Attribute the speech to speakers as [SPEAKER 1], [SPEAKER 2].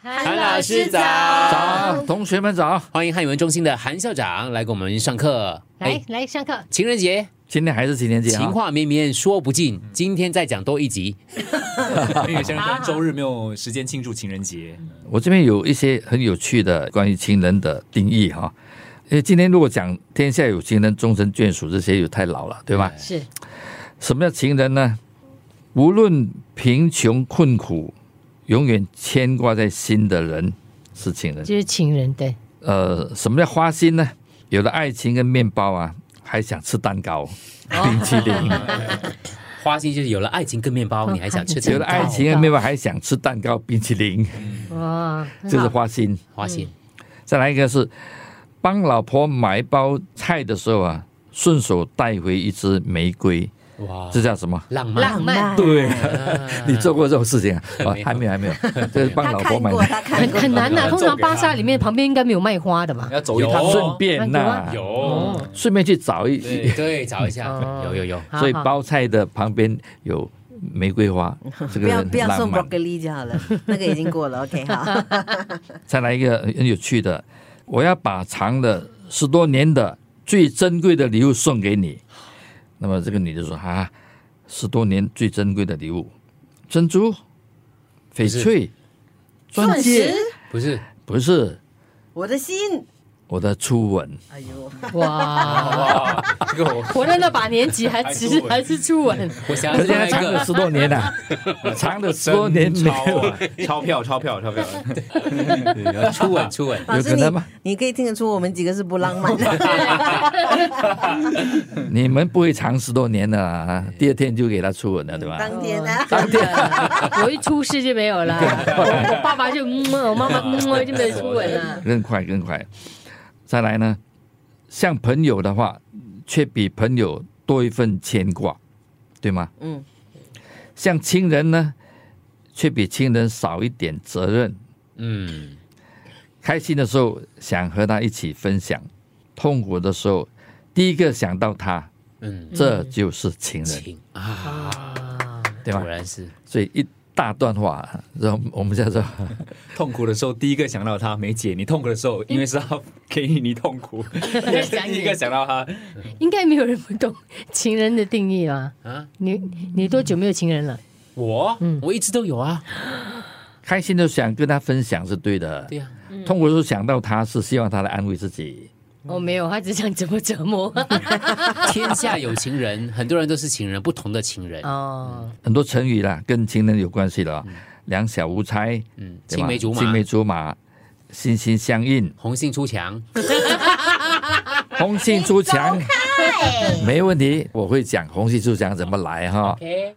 [SPEAKER 1] 韩
[SPEAKER 2] 老师早
[SPEAKER 1] 早
[SPEAKER 3] 早，同学们早！
[SPEAKER 2] 欢迎汉语文中心的韩校长来给我们上课。
[SPEAKER 1] 来
[SPEAKER 2] 哎，
[SPEAKER 1] 来上课，
[SPEAKER 2] 情人节
[SPEAKER 3] 今天还是情人节
[SPEAKER 2] 情
[SPEAKER 3] 啊，
[SPEAKER 2] 话绵绵说不尽，今天再讲多一集。
[SPEAKER 4] 因为有些人可能周日没有时间庆祝情人节，
[SPEAKER 3] 我这边有一些很有趣的关于情人的定义哈、因为今天如果讲天下有情人终身眷属，这些又太老了，对吧？
[SPEAKER 1] 是
[SPEAKER 3] 什么叫情人呢？无论贫穷困苦，永远牵挂在心的人是情人。
[SPEAKER 1] 就是情人对，
[SPEAKER 3] 呃，什么叫花心呢？有了爱情跟面包啊，还想吃蛋糕、冰淇淋；
[SPEAKER 2] 花心就是有了爱情跟面包，你还想吃
[SPEAKER 3] 有
[SPEAKER 2] 蛋
[SPEAKER 3] 了
[SPEAKER 2] 糕？
[SPEAKER 3] 爱情跟面包还想吃蛋糕、冰淇淋，
[SPEAKER 1] 哇，很
[SPEAKER 3] 这是
[SPEAKER 1] 好
[SPEAKER 3] 花心。
[SPEAKER 2] 花心
[SPEAKER 3] 再来一个是帮老婆买包菜的时候啊，顺手带回一支玫瑰，
[SPEAKER 2] 哇，
[SPEAKER 3] 这叫什么？
[SPEAKER 2] 浪漫
[SPEAKER 1] 浪漫，
[SPEAKER 3] 对、
[SPEAKER 5] 嗯
[SPEAKER 3] 你做过这种事情啊？啊
[SPEAKER 2] 没有
[SPEAKER 3] 还没有，还 没有，就是帮
[SPEAKER 5] 他
[SPEAKER 3] 老婆
[SPEAKER 5] 看
[SPEAKER 3] 买
[SPEAKER 5] 过，他看
[SPEAKER 1] 很
[SPEAKER 5] 过。
[SPEAKER 1] 很难呐、啊
[SPEAKER 4] 嗯
[SPEAKER 1] 通常巴萨里面旁边应该没有卖花的嘛。
[SPEAKER 4] 要走一趟
[SPEAKER 2] 有
[SPEAKER 3] 顺
[SPEAKER 4] 顺便。
[SPEAKER 3] 便呐、
[SPEAKER 5] 啊
[SPEAKER 2] 有
[SPEAKER 3] 顺便去找一
[SPEAKER 2] 对对，找一下
[SPEAKER 1] 哦，
[SPEAKER 2] 有有有，
[SPEAKER 1] 好
[SPEAKER 3] 所以
[SPEAKER 1] 好
[SPEAKER 3] 包菜的旁边有玫瑰 花，这
[SPEAKER 5] 不
[SPEAKER 3] 个
[SPEAKER 5] 要
[SPEAKER 3] 很
[SPEAKER 5] 不要
[SPEAKER 3] 浪
[SPEAKER 5] 送
[SPEAKER 3] 漫。
[SPEAKER 5] broccoli 就好了，那个已经过了。OK，好，
[SPEAKER 3] 再来一个很有趣的，我要把藏了十多年的最珍贵的礼物送给你。那么这个女的说啊，十多年最珍贵的礼物，珍珠、翡翠、钻戒，
[SPEAKER 2] 不是
[SPEAKER 3] 不是
[SPEAKER 5] 我的心，
[SPEAKER 3] 我的初吻。
[SPEAKER 5] 哎呦，
[SPEAKER 1] 哇，
[SPEAKER 4] 哇，这 个我
[SPEAKER 1] 活到那把年纪还
[SPEAKER 4] 还
[SPEAKER 1] 只
[SPEAKER 4] 初吻
[SPEAKER 1] 还是初吻，
[SPEAKER 2] 我想
[SPEAKER 3] 人
[SPEAKER 2] 另
[SPEAKER 3] 家
[SPEAKER 2] 外一
[SPEAKER 3] 藏了
[SPEAKER 2] 个
[SPEAKER 3] 十多年了、啊藏了十多年 没
[SPEAKER 4] 真
[SPEAKER 3] 有
[SPEAKER 4] 钞啊，钞票，钞票，钞票，
[SPEAKER 2] 初吻初吻，
[SPEAKER 5] 老师
[SPEAKER 3] 可
[SPEAKER 5] 你
[SPEAKER 3] 能吗
[SPEAKER 5] 你可以听得出我们几个是不浪漫的。
[SPEAKER 3] 你们不会藏十多年的啊，第二天就给他初吻了，对吧？
[SPEAKER 5] 当天呢、啊
[SPEAKER 1] 真的，啊我一出世就没有 了。我爸爸就嗯，我妈妈嗯，就没有初吻 了。
[SPEAKER 3] 更快更快。再来呢，像朋友的话，却比朋友多一份牵挂，对吗？
[SPEAKER 5] 嗯，
[SPEAKER 3] 像亲人呢，却比亲人少一点责任。
[SPEAKER 2] 嗯，
[SPEAKER 3] 开心的时候想和他一起分享，痛苦的时候第一个想到他，
[SPEAKER 2] 嗯，
[SPEAKER 3] 这就是情人，
[SPEAKER 2] 情啊，
[SPEAKER 3] 对吧
[SPEAKER 2] 果？然是
[SPEAKER 3] 所以一大段话，然后我们叫做
[SPEAKER 4] 痛苦的时候第一个想到他，梅姐，你痛苦的时候，因为是他给你你痛苦，第一个想到他，
[SPEAKER 1] 应该没有人不懂情人的定义吧？
[SPEAKER 2] 啊，
[SPEAKER 1] 你你多久没有情人了？
[SPEAKER 2] 我我一直都有啊，
[SPEAKER 3] 开心的想跟他分享是对的，
[SPEAKER 2] 对呀，
[SPEAKER 3] 痛苦的时候想到他是希望他来安慰自己。
[SPEAKER 4] 嗯
[SPEAKER 1] 我哦没有，他只想怎么折 磨。
[SPEAKER 2] 天下有情人，很多人都是情人，不同的情人，
[SPEAKER 1] 哦，
[SPEAKER 3] 很多成语啦，跟情人有关系的、哦，两小无猜，
[SPEAKER 2] 嗯，
[SPEAKER 3] 对
[SPEAKER 2] 青
[SPEAKER 3] 吧
[SPEAKER 2] 梅竹马，
[SPEAKER 3] 青梅竹马，心心 相印，
[SPEAKER 2] 红杏出墙，
[SPEAKER 3] 红杏出墙，没问题，我会讲红杏出墙怎么来哈、
[SPEAKER 2] 哎，